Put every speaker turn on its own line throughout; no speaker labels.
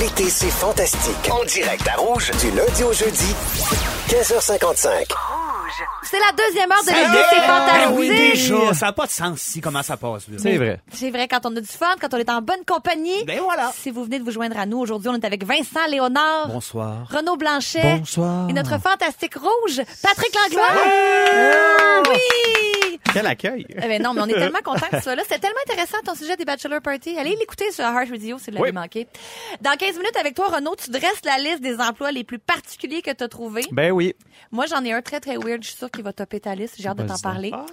L'été, c'est fantastique. En direct à Rouge, du lundi au jeudi, 15h55.
C'est la deuxième heure de l'été, c'est
Ah oui,
fantastique.
déjà, ça n'a pas de sens si comment ça passe. là.
C'est vrai.
C'est vrai, quand on a du fun, quand on est en bonne compagnie. Ah.
Ben voilà.
Si vous venez de vous joindre à nous, aujourd'hui, on est avec Vincent Léonard.
Bonsoir.
Renaud Blanchet.
Bonsoir.
Et notre fantastique rouge, Patrick Langlois. Ah, Oui!
Quel accueil!
Eh ben non, mais on est tellement contents que tu sois là. C'était tellement intéressant ton sujet des Bachelor Party. Allez l'écouter sur Heart Radio si vous l'avez
Mm. Oui.
manqué. Dans 15 minutes avec toi, Renaud, tu dresses la liste des emplois les plus particuliers que tu as trouvés.
Ben oui.
Moi, j'en ai un très, très weird. Je suis sûre qu'il va topper ta liste. J'ai hâte de t'en parler.
Ah.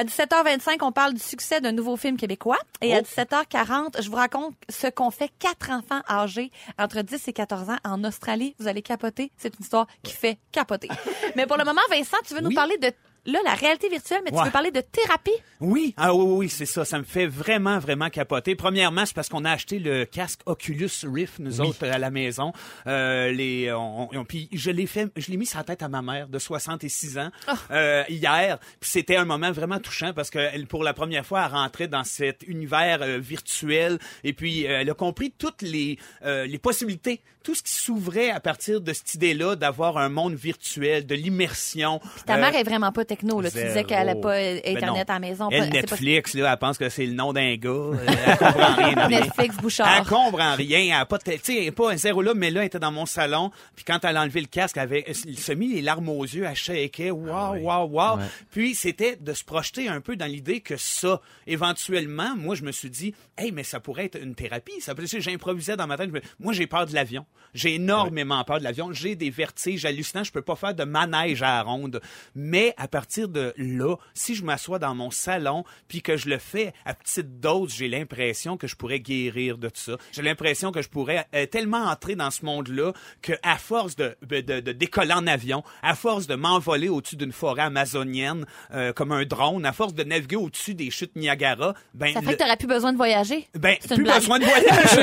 À 17h25, on parle du succès d'un nouveau film québécois. Et
Oh.
à 17h40, je vous raconte ce qu'ont fait quatre enfants âgés entre 10 et 14 ans en Australie. Vous allez capoter. C'est une histoire qui fait capoter. mais pour le moment, Vincent, tu veux nous parler de là, la réalité virtuelle, mais tu
Ouais.
veux parler de thérapie.
Oui, ah oui, oui, oui, c'est ça. Ça me fait vraiment, vraiment capoter. Premièrement, c'est parce qu'on a acheté le casque Oculus Rift, nous autres, à la maison. Euh, les, on, on- puis je l'ai fait, je l'ai mis sur la tête à ma mère de 66 ans
Ah.
euh, hier. Puis c'était un moment vraiment touchant parce que elle, pour la première fois, elle rentrait dans cet univers euh, virtuel et puis euh, elle a compris toutes les, euh, les possibilités, tout ce qui s'ouvrait à partir de cette idée-là d'avoir un monde virtuel, de l'immersion.
Ta
Euh,
mère est vraiment pas techno. Là. Tu disais
Zéro.
qu'elle n'a pas euh,
Ben
Internet
non.
à la maison.
Elle,
pas- c'est pas-
Netflix, là, elle pense que c'est le nom d'un gars. Euh, Elle comprend rien. à rien.
Netflix, Bouchard.
Elle comprend rien. Elle a pas, de- tu sais, elle est pas un zéro là, mais là, elle était dans mon salon. Puis quand elle a enlevé le casque, elle, avait, euh, elle se mit les larmes aux yeux, elle shakeait. Wow, wow, wow. Puis c'était de se projeter un peu dans l'idée que ça, éventuellement, moi, je me suis dit, hey, mais ça pourrait être une thérapie. Ça peut- tu sais, J'improvisais dans ma tête. je me- Moi, j'ai peur de l'avion. J'ai énormément peur de l'avion. J'ai des vertiges hallucinants. Je peux pas faire de manège à la ronde. Mais à partir de là, si je m'assois dans mon salon puis que je le fais à petite dose, j'ai l'impression que je pourrais guérir de tout ça. J'ai l'impression que je pourrais euh, tellement entrer dans ce monde-là que à force de, de, de décoller en avion, à force de m'envoler au-dessus d'une forêt amazonienne euh, comme un drone, à force de naviguer au-dessus des chutes Niagara, ben
Ça fait
le-
que tu plus besoin de voyager.
ben,
C'est une
plus
blague.
besoin de voyager.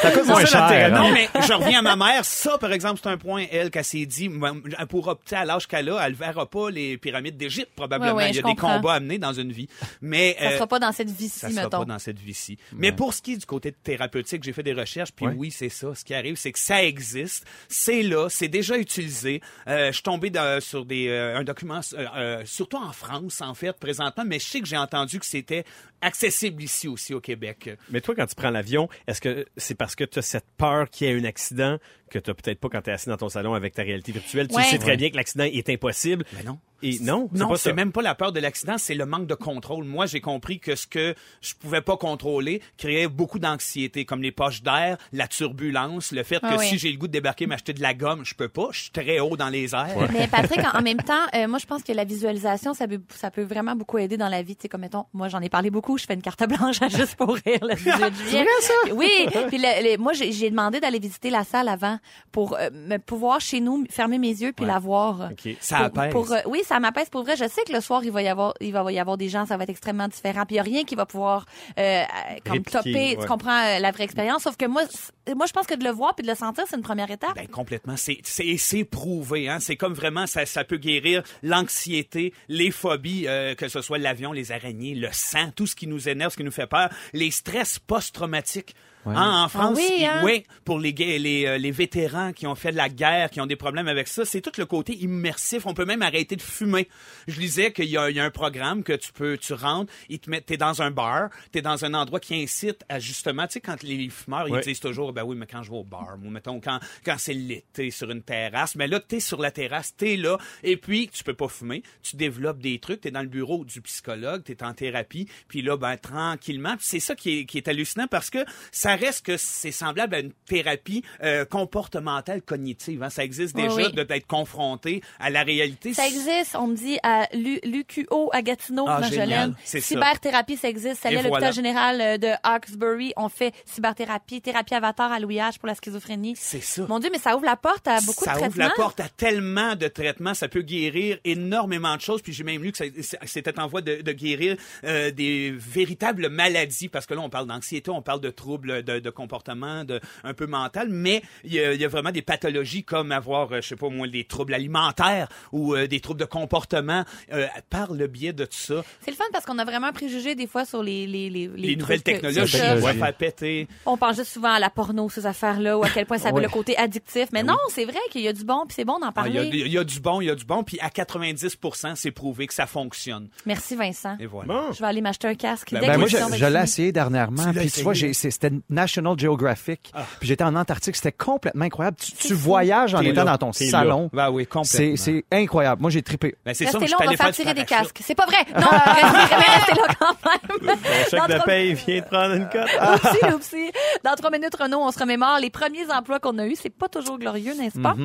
Ça coûte moins
C'est
cher.
ça, l'intérêt. Non,
hein?
mais je reviens à ma mère. Ça, par exemple, c'est un point, elle, qu'elle s'est dit, m- pour opter à l'âge qu'elle a, elle verra pas les pyramides d'Égypte, probablement.
Ouais, ouais,
Il y
je
a
comprends.
des combats à mener dans une vie. Mais,
Ça
euh,
sera pas dans cette vie-ci,
ça sera
mettons.
pas dans cette vie-ci. Mais pour ce qui est du côté thérapeutique, j'ai fait des recherches, puis oui, c'est ça. Ce qui arrive, c'est que ça existe, c'est là, c'est déjà utilisé. Euh, je suis tombé dans- sur des, euh, un document, euh, euh, surtout en France, en fait, présentement, mais je sais que j'ai entendu que c'était accessible ici aussi au Québec.
Mais toi, quand tu prends l'avion, est-ce que c'est parce que tu as cette peur qu'il y ait un accident que tu n'as peut-être pas quand tu es assis dans ton salon avec ta réalité virtuelle? Tu
Ouais.
sais très bien que l'accident est impossible.
Mais non.
Et non, c'est
Non,
pas
c'est
ça.
même pas la peur de l'accident, c'est le manque de contrôle. Moi, j'ai compris que ce que je pouvais pas contrôler créait beaucoup d'anxiété, comme les poches d'air, la turbulence, le fait que
Ah oui.
si j'ai le goût de débarquer, m'acheter de la gomme, je peux pas, je suis très haut dans les airs.
Mais Patrick, en, en même temps, euh, moi, je pense que la visualisation, ça peut, ça peut vraiment beaucoup aider dans la vie. Tu sais, comme mettons, moi, j'en ai parlé beaucoup. Je fais une carte blanche à juste pour rire le 18 juillet. Oui. Puis le- le- moi, j'ai j'ai demandé d'aller visiter la salle avant pour euh, me pouvoir chez nous fermer mes yeux puis la voir.
OK.
Ça
Pour-
apaise.
pour, euh, oui, ça m'apaise pour vrai. Je sais que le soir, il va y avoir, il va y avoir des gens, ça va être extrêmement différent. Puis il n'y a rien qui va pouvoir euh, euh, comme
Répliquer,
topper, tu
ouais.
comprends, euh, la vraie expérience. Sauf que moi, c'est- moi, je pense que de le voir puis de le sentir, c'est une première étape.
Ben complètement, c'est c'est c'est prouvé hein, c'est comme vraiment ça ça peut guérir l'anxiété, les phobies euh, que ce soit l'avion, les araignées, le sang, tout ce qui nous énerve, ce qui nous fait peur, les stress post-traumatiques. Hein, en France,
oui,
il-
hein?
ouais, pour les, gai- les, euh, les vétérans qui ont fait de la guerre, qui ont des problèmes avec ça, c'est tout le côté immersif. On peut même arrêter de fumer. Je lisais qu'il y, a- il y a un programme que tu peux, tu rentres, ils te mettent, t'es dans un bar, t'es dans un endroit qui incite à justement, tu sais, quand les fumeurs, ils
Ouais.
disent toujours, ben oui, mais quand je vais au bar, moi, mettons, quand, quand c'est l'été sur une terrasse, mais là, t'es sur la terrasse, t'es là, et puis, tu peux pas fumer, tu développes des trucs, t'es dans le bureau du psychologue, t'es en thérapie, puis là, ben, tranquillement, puis c'est ça qui est, qui est hallucinant parce que ça reste que c'est semblable à une thérapie euh, comportementale cognitive, hein. Ça existe
Oui,
déjà
oui.
de d'être confronté à la réalité.
Ça existe, existe, on me dit à Lu- l'UQO à Gatineau,
Ah, génial.
Magdalene.
C'est ça.
Cyberthérapie, ça existe. Ça
Et
l'est à l'hôpital
voilà.
général euh, de Hawkesbury. On fait cyberthérapie, thérapie avatar à louillage pour la schizophrénie.
C'est ça.
Mon Dieu, mais ça ouvre la porte à beaucoup
ça
de
ouvre
traitements.
la porte à tellement de traitements, ça peut guérir énormément de choses. Puis j'ai même lu que ça- c'était en voie de, de guérir euh, des véritables maladies, parce que là on parle d'anxiété, on parle de troubles de, de comportement, de un peu mental, mais il y, a- il y a vraiment des pathologies comme avoir, euh, je sais pas moi, des troubles alimentaires ou euh, des troubles de comportement euh, par le biais de tout ça,
C'est le fun parce qu'on a vraiment un préjugé des fois sur les les les, les
les,
trucs
nouvelles
que- c'est
technologies,
ça.
on va faire péter.
On pense juste souvent à la porno, ces affaires-là, ou à quel point ça avait
Ouais.
le côté addictif. Mais non, c'est vrai qu'il y a du bon, puis c'est bon d'en
Ben Ah, Il y, a,
parler.
il y a du bon, il y a du bon, puis à 90%, c'est prouvé que ça fonctionne.
Merci Vincent.
Et voilà.
Bon.
Je vais aller m'acheter un casque.
Ben,
Dès que
ben,
Ben, moi, je,
l'émission va
je
être
l'ai
finie.
essayé dernièrement.
l'as
Puis tu
essayé. Ah.
vois, j'ai- c'est- c'était National Geographic. Puis j'étais en Antarctique. C'était complètement incroyable. Tu, tu
fou.
voyages en
T'es
étant
là.
dans ton
T'es
salon.
là. Ben oui, complètement.
C'est- C'est incroyable. Moi, j'ai trippé.
Ben, c'est ça,
Restez
moi, je
là, on
suis
va
allé
faire
du
tirer des
parachute.
casques. C'est pas vrai. Non, euh, restez, mais restez là quand même.
Mon chèque
Dans
de
trois-
paye vient de prendre une cote.
Oupsie, oupsie. Dans trois minutes, Renaud, on se remémore les premiers emplois qu'on a eus. C'est pas toujours glorieux, n'est-ce pas?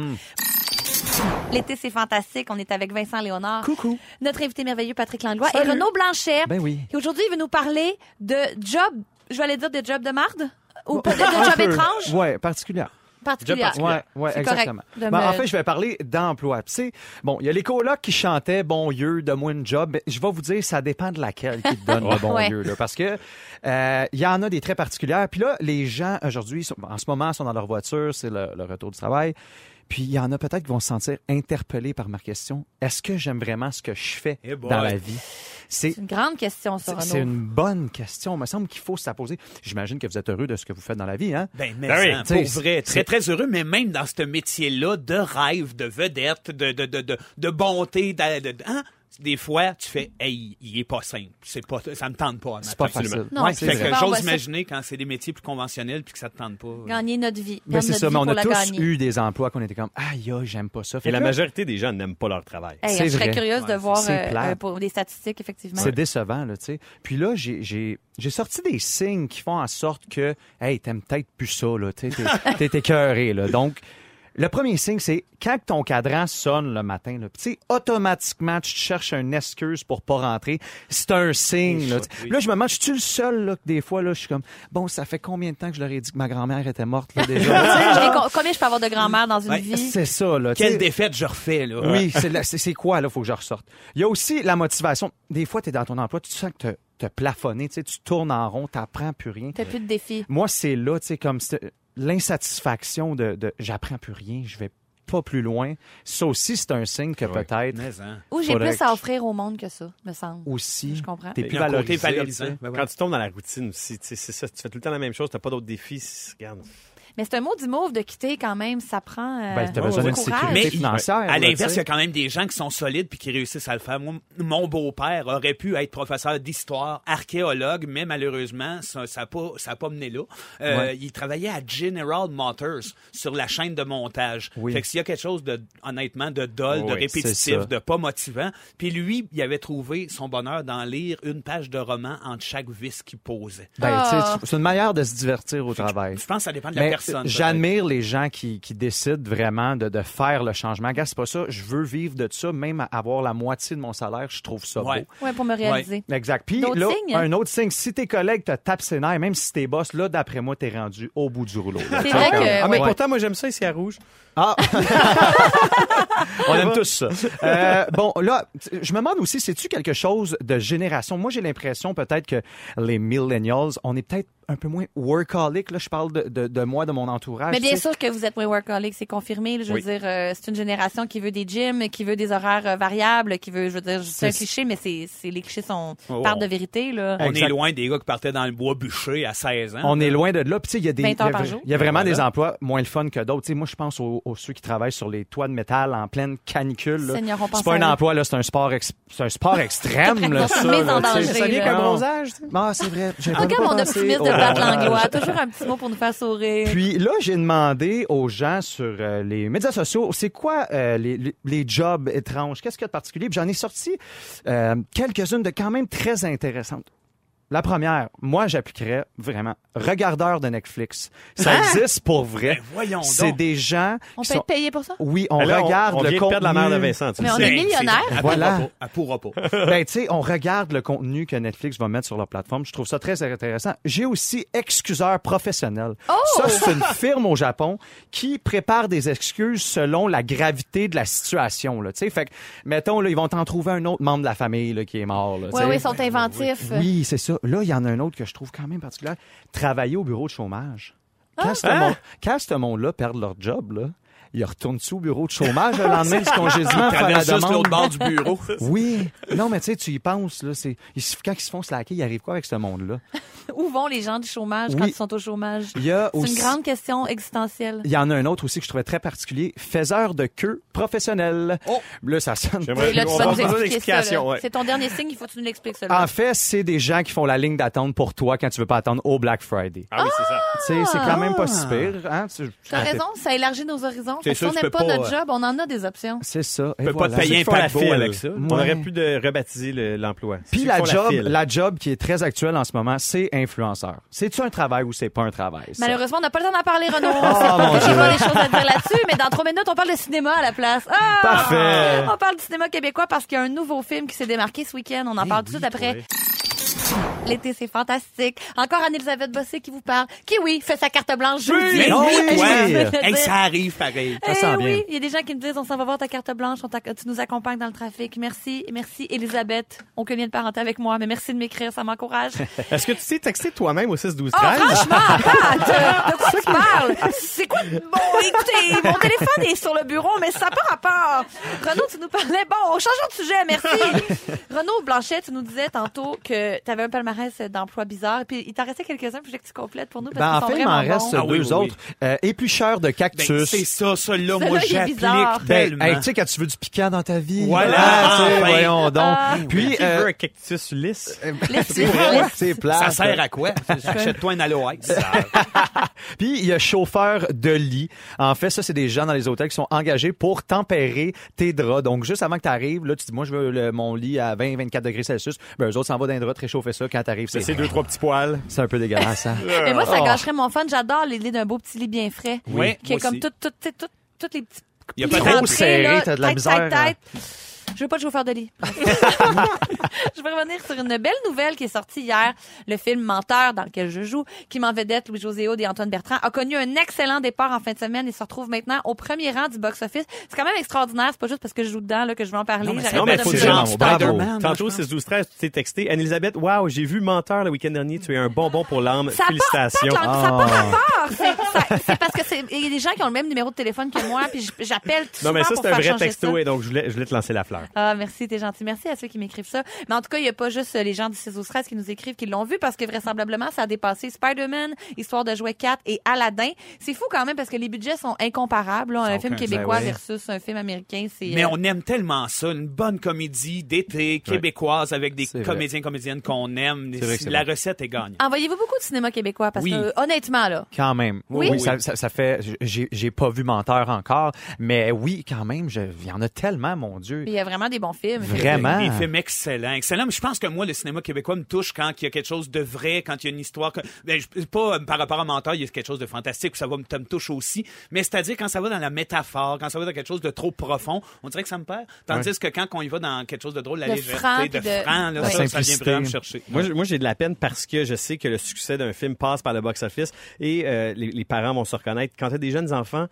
L'été, c'est fantastique. On est avec Vincent Léonard.
Coucou.
Notre invité merveilleux, Patrick Langlois. Et Renaud Blanchet.
Ben oui.
Et aujourd'hui, il veut nous parler de job, je vais aller dire de job de marde? Ou peut-être de job étrange?
Ouais, particulière.
Particulier.
Ouais, ouais,
C'est correct
exactement.
de
Ben,
me-
En fait, je vais parler d'emploi. Puis, tu sais, bon, il y a les colocs qui chantaient Bon Dieu, donne-moi une job. Mais je vais vous dire, ça dépend de laquelle qui te donne le bon
Ouais.
Dieu. là. parce que euh, il y en a des très particulières. Puis là, les gens, aujourd'hui, sont- en ce moment, sont dans leur voiture, c'est le, le retour du travail. Puis il y en a peut-être qui vont se sentir interpellés par ma question. Est-ce que j'aime vraiment ce que je fais
Eh boy.
dans la vie? C'est
C'est une grande question, ça,
c'est- c'est
Renaud.
une bonne question. Il me semble qu'il faut se la poser. J'imagine que vous êtes heureux de ce que vous faites dans la vie, hein?
Ben, mais
Ben oui,
hein,
tu
pour
sais,
vrai, très,
c'est-
très heureux, mais même dans ce métier-là de rêve, de vedette, de, de, de, de, de bonté, de, de- de- hein, des fois, tu fais, hey, il est pas simple. C'est pas, ça me tente pas.
C'est pas
matin.
facile.
Non,
Ouais,
c'est
c'est
Fait
vrai.
que
Souvent, on va
j'ose
se-
imaginer quand c'est des métiers plus conventionnels puis que ça te tente pas. euh,
Gagner notre vie. Perdre
Mais Ben, c'est
notre
ça,
vie
mais on
pour
a
la
tous
gagner.
eu des emplois qu'on était comme Aïe, aïe, j'aime pas ça. Fait
Et la
que là,
majorité des gens n'aiment pas leur travail.
Hey,
C'est
je serais
vrai.
curieuse de voir
c'est
euh,
plate.
euh, pour des statistiques, effectivement.
C'est décevant, là, tu sais. Puis là, j'ai- j'ai j'ai sorti des signes qui font en sorte que, hey, t'aimes peut-être plus ça, là, tu sais, t'es- t'es écœuré, là. Donc, le premier signe, c'est quand ton cadran sonne le matin, là, puis tu sais, automatiquement, tu te cherches une excuse pour pas rentrer. C'est un signe, là. tu sais. Puis Là, je me demande, je suis le seul, là, que des fois, là, je suis comme, bon, ça fait combien de temps que je leur ai dit que ma grand-mère était morte, là, déjà?
Je dirais co- combien je peux avoir de grand-mère dans une
Ouais,
vie?
c'est ça, là. tu sais.
Quelle défaite je refais, là.
Oui, Euh, c'est la- c'est c'est quoi, là, faut que je ressorte. Il y a aussi la motivation. Des fois, tu es dans ton emploi, tu sens que tu as plafonné, tu sais, tu tournes en rond, tu n'apprends plus rien.
T'as plus de défis.
Moi, c'est là, tu sais, comme c'est- l'insatisfaction de, de j'apprends plus rien, je vais pas plus loin. Ça aussi, c'est un signe que peut-être
Mais, hein.
Ou j'ai
Faudrait
plus à offrir au monde que ça, me semble.
aussi.
Je comprends.
T'es
Il y
plus
a un
valorisé.
côté
tu
valorisant.
sais.
Ben ouais.
Quand tu tombes dans la routine aussi, tu sais, c'est ça. Tu fais tout le temps la même chose, t'as pas d'autres défis. c'est- Regarde.
Mais c'est un mot du mauve de quitter quand même. Ça prend. euh,
Ben, t'as besoin
du
d'une
courage.
sécurité.
Mais
Côté financière,
à
là, tu
l'inverse,
sais.
il y a quand même des gens qui sont solides puis qui réussissent à le faire. Moi, mon beau-père aurait pu être professeur d'histoire, archéologue, mais malheureusement, ça n'a ça a pas, ça a pas mené là. Euh,
Ouais.
Il travaillait à General Motors sur la chaîne de montage.
Oui.
Fait que s'il y a quelque chose de, honnêtement, de dol, de
Oui,
c'est ça.
répétitif, de pas motivant, puis lui, il avait trouvé son bonheur dans lire une page de roman entre chaque vis qu'il posait.
Ben, tu sais,
Ah.
tu- c'est une manière de se divertir au travail.
Je pense que ça dépend de la
Mais
personne.
J'admire les gens qui, qui décident vraiment de, de faire le changement. Gars, c'est pas ça. Je veux vivre de ça, même avoir la moitié de mon salaire, je trouve ça
Ouais.
beau.
Ouais, pour me réaliser.
Exact. Puis
D'autres
là,
signes?
un autre signe, si tes collègues te tapent ses nerfs, même si t'es boss, là, d'après moi, t'es rendu au bout du rouleau. là.
C'est vrai que.
Ah, mais
ouais.
pourtant, moi, j'aime ça ici à Rouge.
Ah! On aime tous ça. Euh, bon, là, t- je me demande aussi, c'est-tu quelque chose de génération? Moi, j'ai l'impression peut-être que les millennials, on est peut-être un peu moins workaholic. Là, je parle de, de- de moi, de mon entourage.
Mais
tu
bien
sais.
sûr que vous êtes moins workaholic, c'est confirmé. là. Je veux
Oui.
dire, euh, c'est une génération qui veut des gyms, qui veut des horaires euh, variables, qui veut, je veux dire, c'est un
C'est-
cliché, mais c'est, c'est les clichés sont
Oh.
part de vérité là.
On
Exact.
est loin des gars qui partaient dans le bois bûcher à 16 ans.
On est loin de là. Puis, tu sais, il y a des.
20 heures
il y a
par
vra-
jour.
Il y a vraiment
Voilà.
des emplois moins le fun que d'autres. Tu sais, moi, je pense aux, aux ceux qui travaillent sur les toits de métal en pleine canicule. là.
Seigneur, on pense
C'est pas
à
un
eux.
emploi, là. C'est un sport, ex- c'est un sport extrême, là,
Ils sont
ça.
mis en
là, tu sais.
danger, Ça vient là. qu'un
bronzage, Ah, c'est vrai. J'avais
Ah, Regarde
pas
mon
pensé
optimiste
au
de Pat
bronzage.
Langlois, toujours un petit mot pour nous faire sourire.
Puis là, j'ai demandé aux gens sur euh, les médias sociaux, c'est quoi euh, les, les- les jobs étranges? Qu'est-ce qu'il y a de particulier? Puis j'en ai sorti euh, quelques-unes de quand même très intéressantes. La première, moi, j'appliquerais vraiment regardeur de Netflix. Ça existe pour vrai.
Hein? Ben, voyons
C'est
donc.
des gens
On
qui
peut
sont...
être payé pour ça?
Oui, on
Mais Ben là,
regarde
on, on
le
vient de
contenu.
perdre la mère de Vincent. tu
Mais
sais.
on est millionnaire.
À
Voilà.
Pour, à pour repos.
Ben, tu sais, on regarde le contenu que Netflix va mettre sur leur plateforme. Je trouve ça très intéressant. J'ai aussi Excuseur professionnel. Ça, c'est une firme au Japon qui prépare des excuses selon la gravité de la situation. Là. Tu sais, Fait que, mettons, là, ils vont t'en trouver un autre membre de la famille là, qui est mort. Là, tu
Oui,
sais.
oui, ils sont inventifs.
Oui, c'est ça. Là, il y en a un autre que je trouve quand même particulier. Travailler au bureau de chômage. Quand ce monde- quand ce monde-là perd leur job, là, ils retournent sous au bureau de chômage le lendemain du congésement faire la
Traverse juste
demande.
l'autre bord du bureau.
Oui. Non, mais tu sais, tu y penses, là. C'est... ils se- Quand ils se font slacker, il arrive quoi avec ce monde-là?
Où vont les gens du chômage quand
Oui.
ils sont au chômage?
Il y a
C'est
aussi.
une grande question existentielle.
Il y en a un autre aussi que je trouvais très particulier. Faiseur de queue professionnel.
Oh!
Là, ça sonne.
J'aimerais-
Et là, tu
Euh, on
vas
va
nous
avoir besoin
expliquer ça. là.
d'explications, ouais.
C'est ton dernier signe, il faut que tu nous l'expliques. cela.
En fait, c'est des gens qui font la ligne d'attente pour toi quand tu veux pas attendre au Black Friday.
Ah oui, c'est ça.
Tu sais, c'est quand même pas si pire.
Ah!
Hein? Tu-
T'as raison, ça élargit nos horizons.
C'est
Fait que si
sûr,
on
tu
n'aime
peux
pas
pas,
notre
euh,
job, on en a des options.
C'est ça. Et
On peut pas
voilà.
te payer un
Ceux qui font la
plafond
file.
avec ça. On
Ouais.
aurait pu de rebaptiser le- l'emploi.
Puis
Ceux
la
qui font
job,
file.
la job qui est très actuelle en ce moment, c'est influenceur. C'est-tu un travail ou c'est pas un travail? ça?
Malheureusement, on n'a pas le temps d'en parler, Renaud.
Oh, mon
on sait
Dieu.
pas des choses à dire là-dessus, mais dans trois minutes, on parle de cinéma à la place. Ah!
Parfait.
On parle du cinéma québécois parce qu'il y a un nouveau film qui s'est démarqué ce week-end. On en
Eh
parle tout de suite après. L'été, c'est fantastique. Encore Anne-Elisabeth Bossé qui vous parle. Kiwi fait sa carte blanche jeudi.
Mais
non,
oui,
oui,
toi.
oui.
Hey, ça arrive pareil.
Ça sent
Eh
bien.
oui, il y a des gens qui me disent on s'en va voir ta carte blanche, on t'ac- tu nous accompagnes dans le trafic. Merci, merci Elisabeth. On connaît de parenté avec moi, mais merci de m'écrire, ça m'encourage.
Est-ce que tu sais texter toi-même au 6 12
Oh,
13
franchement, Pat, euh, de, de quoi tu parles? C'est quoi? Bon, écoutez, mon téléphone est sur le bureau, mais ça n'a pas rapport. Renaud, tu nous parlais. Bon, changeons de sujet, merci. Renaud Blanchet, tu nous disais tantôt que tu avais un palmarès d'emplois bizarres, puis il t'en restait quelques-uns, puis je voulais que tu complètes pour nous. Parce
Ben, en
qu'ils sont
fait, il m'en
vraiment
reste
bons.
Ah oui,
deux
oui, oui.
autres. Euh, éplucheur de
Ben,
cactus.
c'est ça, ça là,
Celui-là,
moi
il est bizarre.
j'applique
Ben,
tellement.
hey, tu sais, quand tu veux du piquant dans ta vie.
Voilà,
là, tu sais,
enfin.
voyons donc. Puis,
Qui
euh,
veut un cactus lisse?
Laisse-le.
ouais, Ah, c'est plat.
ça sert à quoi? Achète-toi un aloe ice.
Puis, il y a chauffeur de lit. En fait, ça, c'est des gens dans les hôtels qui sont engagés pour tempérer tes draps. Donc, juste avant que tu arrives, là, tu dis, moi, je veux le- mon lit à 20-24 degrés Celsius. Ben, eux autres s'en vont dans les draps, te réchauffer ça. Quand t'arrives, c'est
Ben, C'est deux, trois petits poils.
C'est un peu dégueulasse, hein?
Mais moi, ça
Oh.
gâcherait mon fun. J'adore l'idée d'un beau petit lit bien frais.
Oui,
Qui est
moi
comme
aussi.
tout, tout, tu sais, tout- toutes les petites.
Il y a
plis
pas trop
rentrés,
serré,
là,
t'as de la
tête,
misère, hein.
tête, tête. Je veux pas de chauffeur de lit. je vais revenir sur une belle nouvelle qui est sortie hier. Le film Menteur, dans lequel je joue, qui m'en vedette Louis-José Aude et Antoine Bertrand, a connu un excellent départ en fin de semaine et se retrouve maintenant au premier rang du box-office. C'est quand même extraordinaire. C'est pas juste parce que je joue dedans là, que je vais en parler. J'arrête
non,
pas
mais
de
faut
me-
dire-
Bravo, bravo.
Spider-Man, moi, je
Tantôt,
pense.
6 12 13 tu t'es texté. Anne-Elisabeth, wow, j'ai vu Menteur le week-end dernier. Tu es un bonbon pour l'âme.
Ça a pas- pas de
Félicitations. Ah.
langue, ça a pas rapport. C'est- ça- C'est parce que c'est- il y a des gens qui ont le même numéro de téléphone que moi, puis j- j'appelle tout
Non, mais ça,
souvent pour
c'est un
faire
vrai
changer
texto,
ça.
et donc je voulais, je voulais te lancer la fleur.
Ah, merci, t'es gentil. Merci à ceux qui m'écrivent ça. Mais en tout cas, il n'y a pas juste euh, les gens du 6 au 13 qui nous écrivent qui l'ont vu parce que vraisemblablement, ça a dépassé Spider-Man, Histoire de jouer 4 et Aladdin. C'est fou quand même parce que les budgets sont incomparables. là. Un
Sans
film
aucun-
québécois
Ben oui.
versus un film américain, c'est...
Mais
euh,
on aime tellement ça, une bonne comédie d'été québécoise avec des
C'est vrai.
comédiens, comédiennes qu'on aime.
vrai que c'est
La
bon.
recette est gagnée.
Envoyez-vous beaucoup de cinéma québécois parce
Oui.
que euh, honnêtement, là...
Quand même.
Oui.
Oui,
Oui.
Ça, ça, ça fait. J'ai j'ai pas vu Menteur encore, mais oui, quand même, je- il y en a tellement, mon Dieu.
Il y a vraiment des bons films.
Vraiment.
Des Euh, films excellents. Excellents. Mais je pense que moi, le cinéma québécois me touche quand il y a quelque chose de vrai, quand il y a une histoire. que- Ben, je- pas euh, par rapport à Menteur, il y a quelque chose de fantastique, ça, va, me- ça me touche aussi. Mais c'est-à-dire quand ça va dans la métaphore, quand ça va dans quelque chose de trop profond, on dirait que ça me perd. Tandis que quand on y va dans quelque chose de drôle, la
De
légèreté,
franc,
de
puis de-
franc, là,
La
ça, ça vient
simplicité.
vraiment me chercher.
Moi, j'ai- moi, j'ai de la peine parce que je sais que le succès d'un film passe par le box-office et euh, les, les parents vont se reconnaître. Quand tu as des jeunes enfants,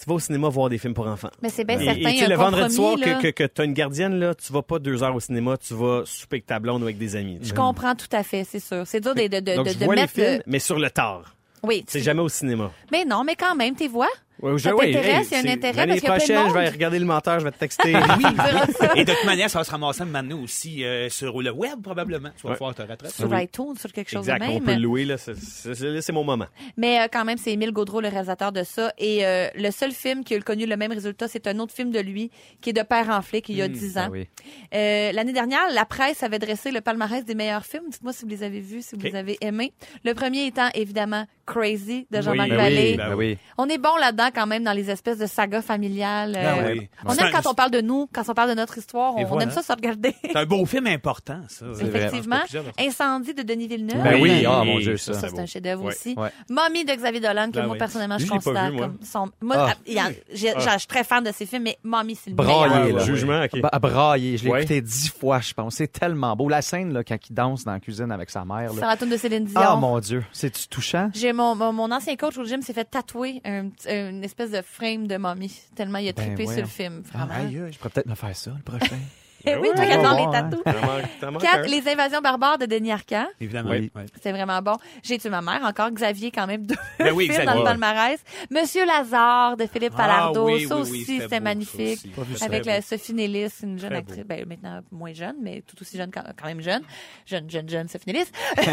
tu vas au cinéma voir des films pour enfants.
Mais c'est bien
Et-
certain,
et tu
il y
sais,
a un
le vendredi soir
compromis, là.
que, que, que tu as une gardienne, là, tu vas pas deux heures au cinéma, tu vas souper avec ta blonde ou avec des amis. tu sais.
Je comprends tout à fait, c'est sûr. C'est dur de, de, de,
Mm. Donc,
de-
je
de
vois les
mettre...
films,
le-
mais sur le tard.
Oui,
C'est
tu-
jamais au cinéma.
Mais non, mais quand même, tes voix.
Ouais,
Ça
ouais, hey,
t'intéresse, il y a un
c'est-
intérêt,
L'année
parce qu'il y a plein de
prochaine, je vais
monde.
regarder le menteur, je vais te texter.
Oui, il verra ça.
Et de toute manière, ça va se ramasser de nous aussi euh, sur le web, probablement. Tu vas pouvoir te rattraper.
sur iTunes, sur quelque chose
exact,
de
on
même.
peut le louer. là, c'est- c'est c'est- c'est mon moment.
Mais euh, quand même, c'est Émile Gaudreau, le réalisateur de ça. Et euh, le seul film qui a connu le même résultat, c'est un autre film de lui, qui est de Père en flic, il y a 10 ans.
Ah oui.
Euh, L'année dernière, la presse avait dressé le palmarès des meilleurs films. Dites-moi si vous les avez vus, si vous les avez aimés. Le premier étant, évidemment, Crazy de Jean-Marc
ben oui,
Vallée.
Ben oui.
On est bon là-dedans quand même dans les espèces de sagas familiales.
Ah
euh,
oui.
On
C'est
aime
un-
quand on parle de nous, quand on parle de notre histoire, on,
Et
on
voilà.
aime ça se regarder.
C'est un beau film important, ça.
vrai.
Effectivement.
C'est pas plusieurs,
Incendie de Denis Villeneuve.
Ben oui,
Oui.
ah mon Dieu, ça.
Ça, c'est un chef-d'œuvre
Ouais.
aussi.
Ouais.
Mommy de Xavier Dolan, que
Ben
moi,
oui.
personnellement, je
Lui, je l'ai pas
considère
vu, moi.
comme son. Moi,
Ah.
il y a- j'ai- j'ai- je suis très fan de ses films, mais Mommy, c'est le meilleur.
Braillé,
Ouais,
là.
ouais. Ah, Jugement, ok.
Ba- braillé. Je l'ai
Ouais.
écouté dix fois, je pense. C'est tellement beau. La scène, là, quand il danse dans la cuisine avec sa mère,
C'est
là.
la tune de Céline Dion.
Ah, mon Dieu. C'est-tu touchant?
J'ai mon, mon, mon ancien coach au gym s'est fait tatouer un petit- une espèce de frame de momie, tellement il a
Ben
trippé sur
voyons.
le film.
Ah,
Vraiment.
aïe, aïe, je pourrais peut-être me faire ça, le prochain.
Eh oui, toi
Ouais,
qui adores
ouais,
les
ouais.
tatous.
T'en manques- t'en manques un.
Quatre, les invasions barbares de Denis Arcand.
Évidemment.
Oui.
ouais.
C'était vraiment bon. J'ai tué ma mère, encore Xavier quand même, deux
Ben oui,
films dans le
Xavier.
palmarès. Monsieur Lazare de Philippe
Ah,
Palardo,
oui,
ça
oui,
aussi
oui, c'était
c'était
beau,
magnifique.
ça aussi. Pas vu ça.
Avec
Très
la Sophie Nellis, une jeune
Très
actrice, ben, maintenant moins jeune, mais tout aussi jeune quand, quand même jeune. Jeune, jeune, jeune Sophie Nellis. ah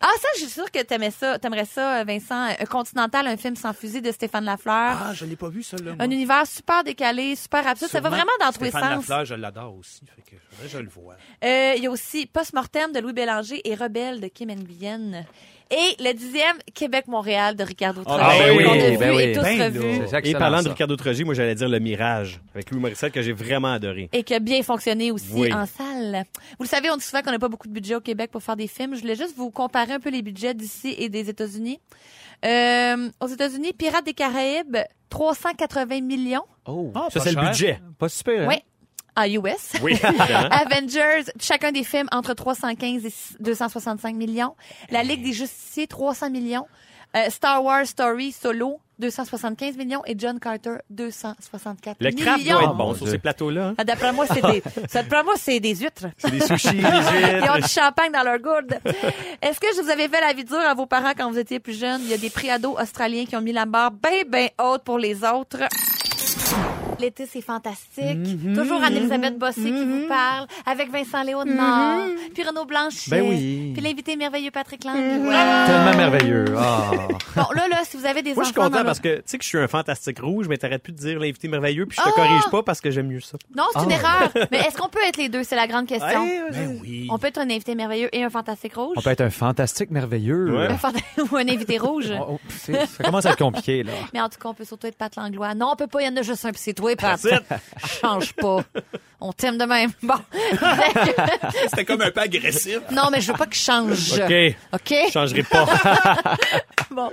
ça, je suis sûre que t'aimais ça, t'aimerais ça, Vincent. Euh, Continental, un film sans fusil de Stéphane Lafleur.
Ah, je l'ai pas vu, celle-là. moi.
un univers super décalé, super absurde. Ça va
Sûrement.
vraiment dans tous les
Stéphane
sens.
Lafleur, je l'adore aussi. Fait que faudrait que je le vois.
Euh, Il y a aussi Post-Mortem de Louis Bélanger et Rebelle de Kim Nguyen. Et le dixième, Québec-Montréal de Ricardo Troy.
ben oui,
qu'on a
ben
vu et
oui.
tous
Ben
revus.
là.
C'est
Et
excellent,
parlant de
ça.
Ricardo Trogi, moi j'allais dire Le Mirage avec Louis Morissette que j'ai vraiment adoré.
Et qui a bien fonctionné aussi
Oui.
en salle. Vous le savez, on dit souvent qu'on n'a pas beaucoup de budget au Québec pour faire des films. Je voulais juste vous comparer un peu les budgets d'ici et des États-Unis. Euh, aux États-Unis, Pirates des Caraïbes, 380 millions.
Oh,
Ah,
Ça,
pas
c'est le
cher.
budget.
pas super, hein?
Oui. En US.
Oui, évidemment.
Avengers, chacun des films entre 315 et 265 millions. La Ligue des Justiciers, 300 millions. Euh, Star Wars Story Solo, 275 millions. Et John Carter, 264
Le
millions.
crabe doit être
Mon
bon sur
Dieu.
ces plateaux-là. hein.
Ah, D'après moi, c'est des, ça, d'après moi, c'est des huîtres.
C'est des sushis, des huîtres.
Ils ont du champagne dans leur gourde. Est-ce que je vous avais fait la vie dure à vos parents quand vous étiez plus jeunes? Il y a des prix ados australiens qui ont mis la barre bien, bien haute pour les autres. L'été, c'est fantastique. Toujours Anne-Elisabeth Bossé qui vous parle, avec Vincent Léonard, puis Renaud Blanchet,
Ben oui.
puis l'invité merveilleux Patrick Langlois.
Tellement merveilleux. Ah.
Bon, là, là, si vous avez des
Moi, je suis
enfants... dans
content
le- Ah!
parce que tu sais que je suis un fantastique rouge, mais t'arrêtes plus de dire l'invité merveilleux, puis je te corrige pas parce que j'aime mieux ça.
Non, c'est une erreur. Mais est-ce qu'on peut être les deux? C'est la grande question.
Ben oui.
On peut être un invité merveilleux et un fantastique rouge?
On peut être un fantastique merveilleux.
Ouais.
Un fanta- ou un invité rouge.
Oh, oh, c'est- ça commence à être compliqué, là.
Mais en tout cas, on peut surtout être Pat Langlois. Non, on peut pas, il y en a juste un, puis c'est toi, Pat.
That's
Change pas. On t'aime de même. Bon.
C'était comme un peu agressif.
non, mais je veux pas que je change.
OK.
OK?
Je changerai pas.
Bon.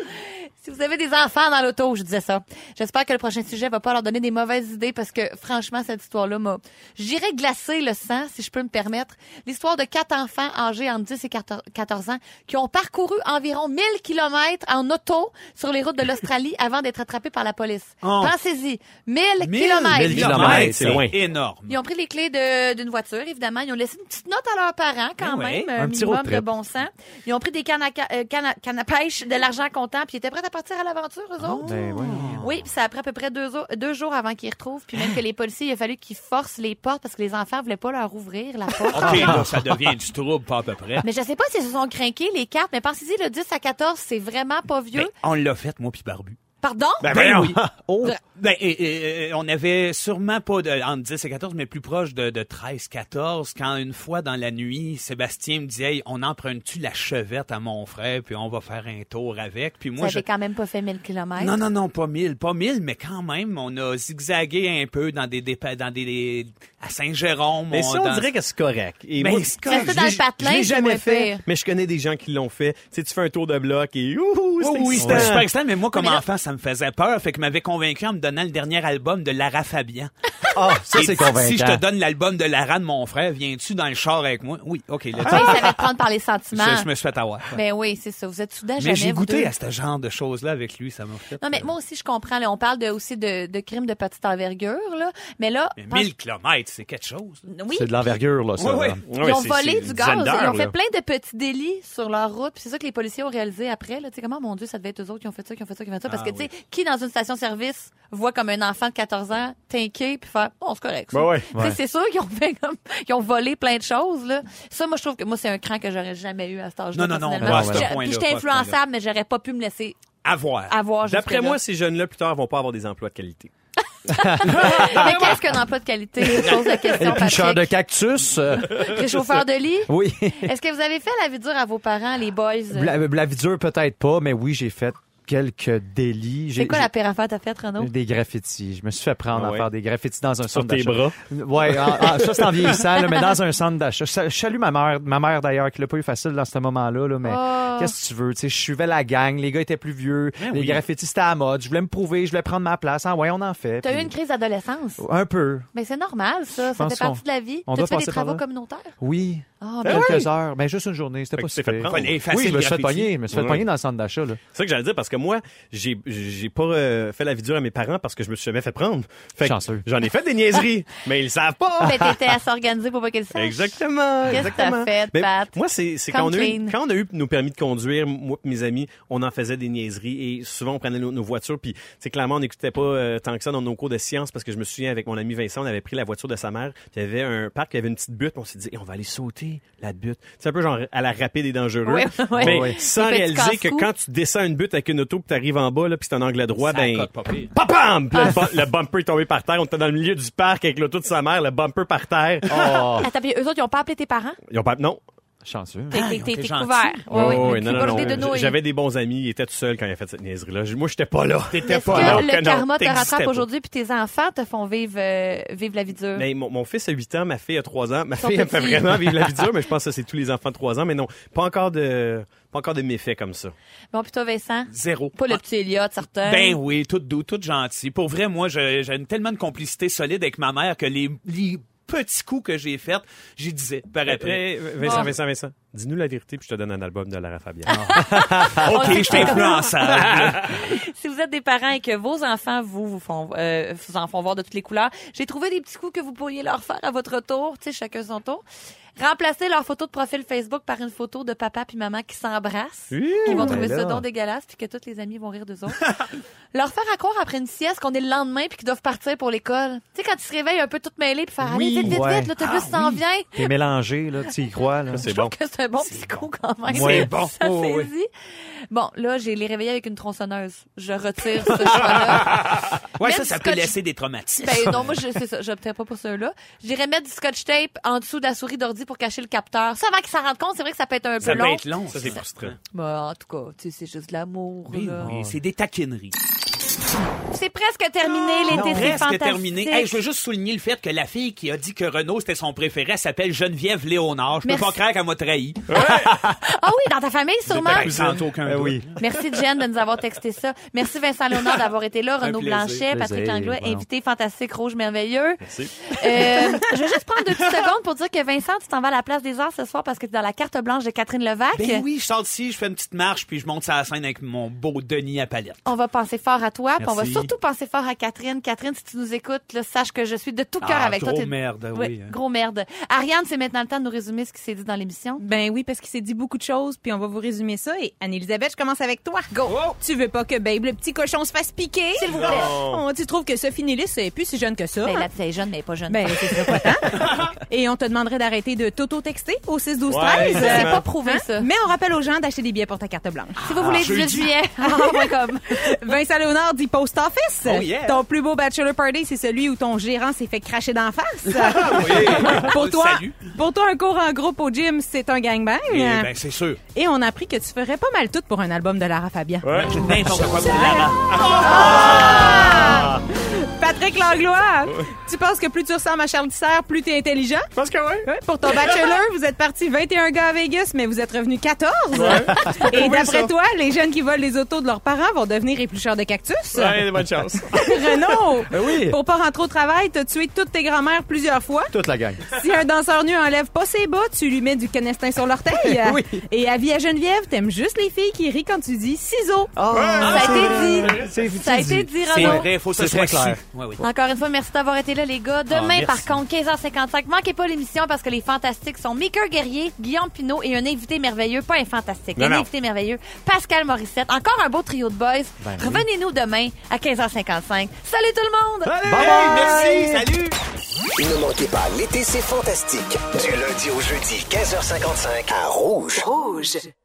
Si vous avez des enfants dans l'auto, je disais ça. J'espère que le prochain sujet va pas leur donner des mauvaises idées parce que, franchement, cette histoire-là m'a, j'irais glacer le sang, si je peux me permettre. L'histoire de quatre enfants âgés entre 10 et 14 ans qui ont parcouru environ 1000 kilomètres en auto sur les routes de l'Australie avant d'être attrapés par la police.
Oh.
Pensez-y. 1000
1000
kilomètres.
kilomètres.
c'est loin.
énorme.
Ils ont pris les clés de- d'une voiture, évidemment. Ils ont laissé une petite note à leurs parents, quand
Ben
même,
ouais.
un,
Un petit
minimum
road
de
trip.
bon sens. Ils ont pris des cannes à, ca- euh, cannes à- cannes à pêche, de l'argent comptant, puis ils étaient prêts à partir à l'aventure, eux
Ah,
autres.
Ben oui.
Oui, puis ça a pris à peu près deux, o- deux jours avant qu'ils retrouvent, puis même que les policiers, il a fallu qu'ils forcent les portes parce que les enfants voulaient pas leur ouvrir la porte.
OK, là, ça devient du trouble, pas à peu près.
Mais je sais pas s'ils se sont craqués, les cartes, mais pensez-y, le 10 à 14, c'est vraiment pas vieux.
Ben, on l'a fait, moi puis Barbu.
Pardon?
Ben
oui.
Oh. Ben, et- et- et on avait sûrement pas de, entre 10 et 14, mais plus proche de, de 13, 14, quand une fois dans la nuit, Sébastien me dit, hey, on emprunte-tu la chevette à mon frère, puis on va faire un tour avec. Puis moi,
ça
je...
avait quand même pas fait 1000 kilomètres.
Non, non, non, pas mille, pas mille, mais quand même, on a zigzagué un peu dans des dépa- dans des, des- à Saint-Jérôme.
Mais si on
dans-
dirait que c'est correct. Et
Ben,
moi,
c'est
je
correct.
Rester dans le
l'ai-
patelin,
je l'ai
c'est moins
jamais fait,
pire.
mais je connais des gens qui l'ont fait. Tu sais, tu fais un tour de bloc et ouhou,
Oui,
c'est
oui,
excitant.
c'était super excitant, mais moi, comme
Mais là-
enfant, ça me faisait peur. Fait que m'avait convaincu en me donnant le dernier album de Lara Fabian.
Ah, ça,
Et
c'est
dit,
convaincant.
Si je te donne l'album de Lara de mon frère, viens-tu dans le char avec moi? Oui, OK. Là, tu-
Ça, ils savaient te prendre par les sentiments.
je, je me suis fait avoir.
Ben oui, c'est ça. Vous êtes soudain jamais.
mais j'ai
vous
goûté
deux.
à ce genre de choses-là avec lui, ça m'a fait.
Non, mais moi aussi, je comprends. là. on parle de, aussi de, de crimes de petite envergure, là. Mais là.
Mais
pense-
1000 km, c'est quelque chose. là. euh,
Oui.
C'est de l'envergure, là, ça.
Oui,
là.
oui.
Ils ont volé du gaz. Ils ont fait plein de petits délits sur leur route. Puis c'est ça que les policiers ont réalisé après. Là, tu sais, comment, mon Dieu, ça devait être eux autres qui ont fait ça, qui ont fait ça, qui ont fait ça. Parce
Ah
que, tu sais, qui dans une station-service voit comme un enfant de 14 ans t'inquiète puis faire, bon, c'est correct. ça.
Ben ouais.
Tu sais, C'est sûr qu'ils ont fait comme, ils ont volé plein de choses, là. Ça, moi, je trouve que moi, c'est un cran que j'aurais jamais eu à cet âge-là.
Non, non, non,
personnellement.
pas à
ce
J'ai-
point-là,
Puis j'étais
pas à ce point-là.
influençable, mais j'aurais pas pu me laisser
Avoir.
avoir
D'après
jusque-là.
moi, ces jeunes-là, plus tard, vont pas avoir des emplois de qualité.
Mais qu'est-ce qu'un emploi de qualité? Je pose la question,
Picheur de
Patrick.
cactus. euh,
Les chauffeurs de lit?
oui. euh,
Est-ce que vous avez fait la vie dure à vos parents, les boys?
La, la vie dure, peut-être pas, mais oui, j'ai fait quelques délits.
C'est
J'ai-
quoi
j'ai-
la pire affaire que t'as faite, Renaud?
des graffitis. Je me suis fait prendre
Ah ouais.
à faire des graffitis dans un
Sur
centre
tes
d'achat.
bras.
Ouais, en- en- ça c'est en vieillissant, là, mais dans un centre d'achat. Je je salue ma mère, ma mère d'ailleurs, qui l'a pas eu facile dans ce moment-là, là, mais
Oh.
qu'est-ce que tu veux? Tu sais, je suivais la gang, les gars étaient plus vieux, les
Ben oui.
graffitis c'était à la mode, je voulais me prouver, je voulais prendre ma place. Ah ouais, on en fait.
T'as eu
puis-
une crise d'adolescence?
Un peu,
Mais c'est normal, ça. Ça
pense
fait partie
qu'on-
de la vie.
on
T'as
doit
fait des
passer par
travaux
là.
communautaires?
oui.
Ah, ben
Quelques heures, mais juste une journée, c'était
Fait
pas
que tu t'es
super.
fait prendre.
Fallait effacer
Oui, je
le
me suis fait
graffiti.
pogner, je me suis fait
Oui.
pogner dans le centre d'achat, là.
C'est ça que j'allais dire parce que moi, j'ai j'ai pas euh, fait la vie dure à mes parents parce que je me suis jamais fait prendre. Fait que
Chanceux.
J'en ai fait des niaiseries, mais ils le savent pas.
Mais t'étais à s'organiser pour pas qu'elle sache.
Exactement.
Qu'est-ce que t'as
exactement.
fait,
Mais
Pat?
Moi, c'est c'est
Come
quand, on a eu-
clean.
quand on a eu nos permis de conduire, moi et mes amis, on en faisait des niaiseries et souvent on prenait nos, nos voitures. Puis, tu sais, clairement, on n'écoutait pas euh, tant que ça dans nos cours de sciences parce que je me souviens avec mon ami Vincent, on avait pris la voiture de sa mère. puis Il y avait un parc, il y avait une petite butte. On s'est dit, Eh, on va aller sauter la butte. C'est un peu genre à la rapide et dangereux.
Oui, oui.
Mais
Oui.
sans
Les petits
réaliser que
casse-cou.
quand tu descends une butte avec une auto que tu arrives en bas, là, puis c'est un angle droit,
Ça
ben.
cote pas pire.
Papam! Puis
Ah.
le, bu- le bumper est tombé par terre. On était dans le milieu du parc avec l'auto de sa mère, le bumper par terre.
Attends, puis eux autres, ils ont pas appelé tes parents?
Ils ont pas. Non.
Chanceux.
T'es-
Ah, ils
T'es
ont
t'es-
été
t'es
gentils.
couvert. Oui, oui.
Oh,
T'es
non, non,
brûlé
non.
de nouilles.
J'avais des bons amis, il était tout seul quand il a fait cette niaiserie-là. Je- Moi, j'étais pas là.
T'étais
Est-ce
pas
là.
là.
Non,
que
que
le
non,
karma te
t'existais
rattrape
pas.
aujourd'hui puis tes enfants te font vivre, euh, vivre la vie dure?
Mais mon, mon fils a 8 ans, ma fille a 3 ans. Ma
Ils sont
fille, elle me fait
petits.
vraiment vivre la vie dure, mais je pense que c'est tous les enfants de 3 ans. Mais non, pas encore de, pas encore de méfaits comme ça.
Bon, puis toi, Vincent?
Zéro.
Pas le petit Elliot, certain.
Ben oui, tout doux, tout gentil. Pour vrai, moi, je- j'ai une- tellement de complicité solide avec ma mère que les, les petits coups que j'ai faits, j'y disais. Par après,
Eh, Vincent,
Bon.
Vincent, Vincent, dis-nous la vérité, puis je te donne un album de Lara Fabian.
OK, je t'influençable.
Si vous êtes des parents et que vos enfants vous, vous, font, euh, vous en font voir de toutes les couleurs, j'ai trouvé des petits coups que vous pourriez leur faire à votre tour, tu sais, chacun son tour. Remplacer leur photo de profil Facebook par une photo de papa puis maman qui s'embrassent.
Ouh,
Ils
Mmh,
vont
ben
trouver
là.
ça don dégueulasse puis que toutes les amies vont rire d'eux autres. leur faire à croire après une sieste qu'on est le lendemain puis qu'ils doivent partir pour l'école. Tu sais, quand ils se réveillent un peu toutes mêlées puis faire
Oui,
Allez, vite, vite,
ouais.
vite, l'autobus s'en vient.
T'es mélangé, là, tu y crois, là.
C'est
Je trouve
bon.
que c'est un bon petit coup quand même.
Ouais. C'est
bon.
Ça
Oh,
saisit.
oui.
Bon, là, j'ai les réveillés avec une tronçonneuse. Je retire ce choix-là.
Ouais,
Mettre
ça,
du
ça peut
scotch-
laisser des traumatismes.
Ben non, moi, je- c'est ça, j'opterais pas pour ceux-là. J'irais mettre du scotch tape en dessous de la souris d'ordi pour cacher le capteur. Ça, avant qu'ils s'en rendent compte, c'est vrai que ça peut être un
Ça
peu
peut
long.
être long.
Ça, c'est frustrant.
Bah, en tout cas, tu sais, c'est juste de l'amour.
Oui,
là.
oui, c'est des taquineries.
C'est presque terminé, l'été, c'est
Ah, Presque
fantastique.
terminé. Hey, je veux juste souligner le fait que la fille qui a dit que Renault c'était son préféré, elle s'appelle Geneviève Léonard. Je peux
Merci.
pas croire qu'elle m'a trahi.
Ah oui, dans ta famille, sûrement.
Ben, sans aucun
Eh
doute.
oui.
Merci, Jen, de nous avoir texté ça. Merci, Vincent Léonard, d'avoir été là. Renaud
plaisir.
Blanchet, Patrick
Plaisir,
Langlois,
voyons.
invité fantastique, rouge, merveilleux.
Merci.
Euh, je vais juste prendre deux petites secondes pour dire que Vincent, tu t'en vas à la place des arts ce soir parce que tu es dans la carte blanche de Catherine Levac.
Ben oui, je sors d'ici, je fais une petite marche, puis je monte sur la scène avec mon beau Denis à palette.
On va penser fort à toi, puis on va
Merci.
surtout penser fort à Catherine. Catherine, si tu nous écoutes, là, sache que je suis de tout cœur
Ah,
avec
gros
toi. T'es-
merde, oui,
Ouais,
hein.
Gros merde. Ariane, c'est maintenant le temps de nous résumer ce qui s'est dit dans l'émission.
Ben oui, parce qu'il s'est dit beaucoup de choses, puis on va vous résumer ça. Et Anne-Elisabeth, je commence avec toi. Go! Tu veux pas que Babe, le petit cochon, se fasse piquer?
S'il vous plaît.
Oh, tu trouves que Sophie Nélis est plus si jeune que ça?
Ben,
hein?
la petite est jeune, mais elle est pas jeune.
Ben, c'est très pas tant. Et on te demanderait d'arrêter de t'auto-texter au 6 12 13
Ouais,
c'est
vraiment.
pas Hein? prouvé, ça.
Mais on rappelle aux gens d'acheter des billets pour ta carte blanche.
Si vous voulez,
Ah,
18 juillet, arrobas.com.
Vincent Léonard dit Post Office.
Oh, yeah.
Ton plus beau bachelor party, c'est celui où ton gérant s'est fait cracher d'en face.
On
pour
le
toi,
salue.
pour toi, un cours en groupe au gym, c'est un gangbang.
Eh ben, c'est sûr.
Et on a appris que tu ferais pas mal tout pour un album de Lara Fabian.
Je dis N'importe quoi pour Lara.
Patrick Langlois, hein? tu penses que plus tu ressembles à Charles Tissère, plus t'es intelligent?
Je pense que oui.
Ouais, Pour ton bachelor, vous êtes parti 21 gars à Vegas, mais vous êtes revenu 14. Et d'après toi, les jeunes qui volent les autos de leurs parents vont devenir éplucheurs de cactus.
Ouais, bonne chance.
Renaud,
Ben oui.
pour pas rentrer au travail, t'as tué toutes tes grand-mères plusieurs fois.
Toute la gang.
Si un danseur nu enlève pas ses bas, tu lui mets du canestin sur l'orteil.
Oui.
Et avis à Geneviève, t'aimes juste les filles qui rient quand tu dis ciseaux.
Ça a été dit.
C'est
Ça a été dit,
Ah, C'est
Renaud.
vrai, il faut que
C'est
ce soit
très clair.
su. Ouais, oui.
Encore une fois, merci d'avoir été là, les gars. Demain,
Ah,
par
merci.
contre, 15h55. Manquez pas l'émission parce que les fantastiques sont Mika Guerrier, Guillaume Pinault et un invité merveilleux, pas un fantastique,
Non,
un
non.
invité merveilleux, Pascal Morissette. Encore un beau trio de boys.
Ben oui.
Revenez-nous demain à 15h55. Salut tout le monde!
Allez,
bye.
Merci, salut.
Ne manquez pas, l'été, c'est fantastique. Du lundi au jeudi, 15h55, à Rouge.
Rouge.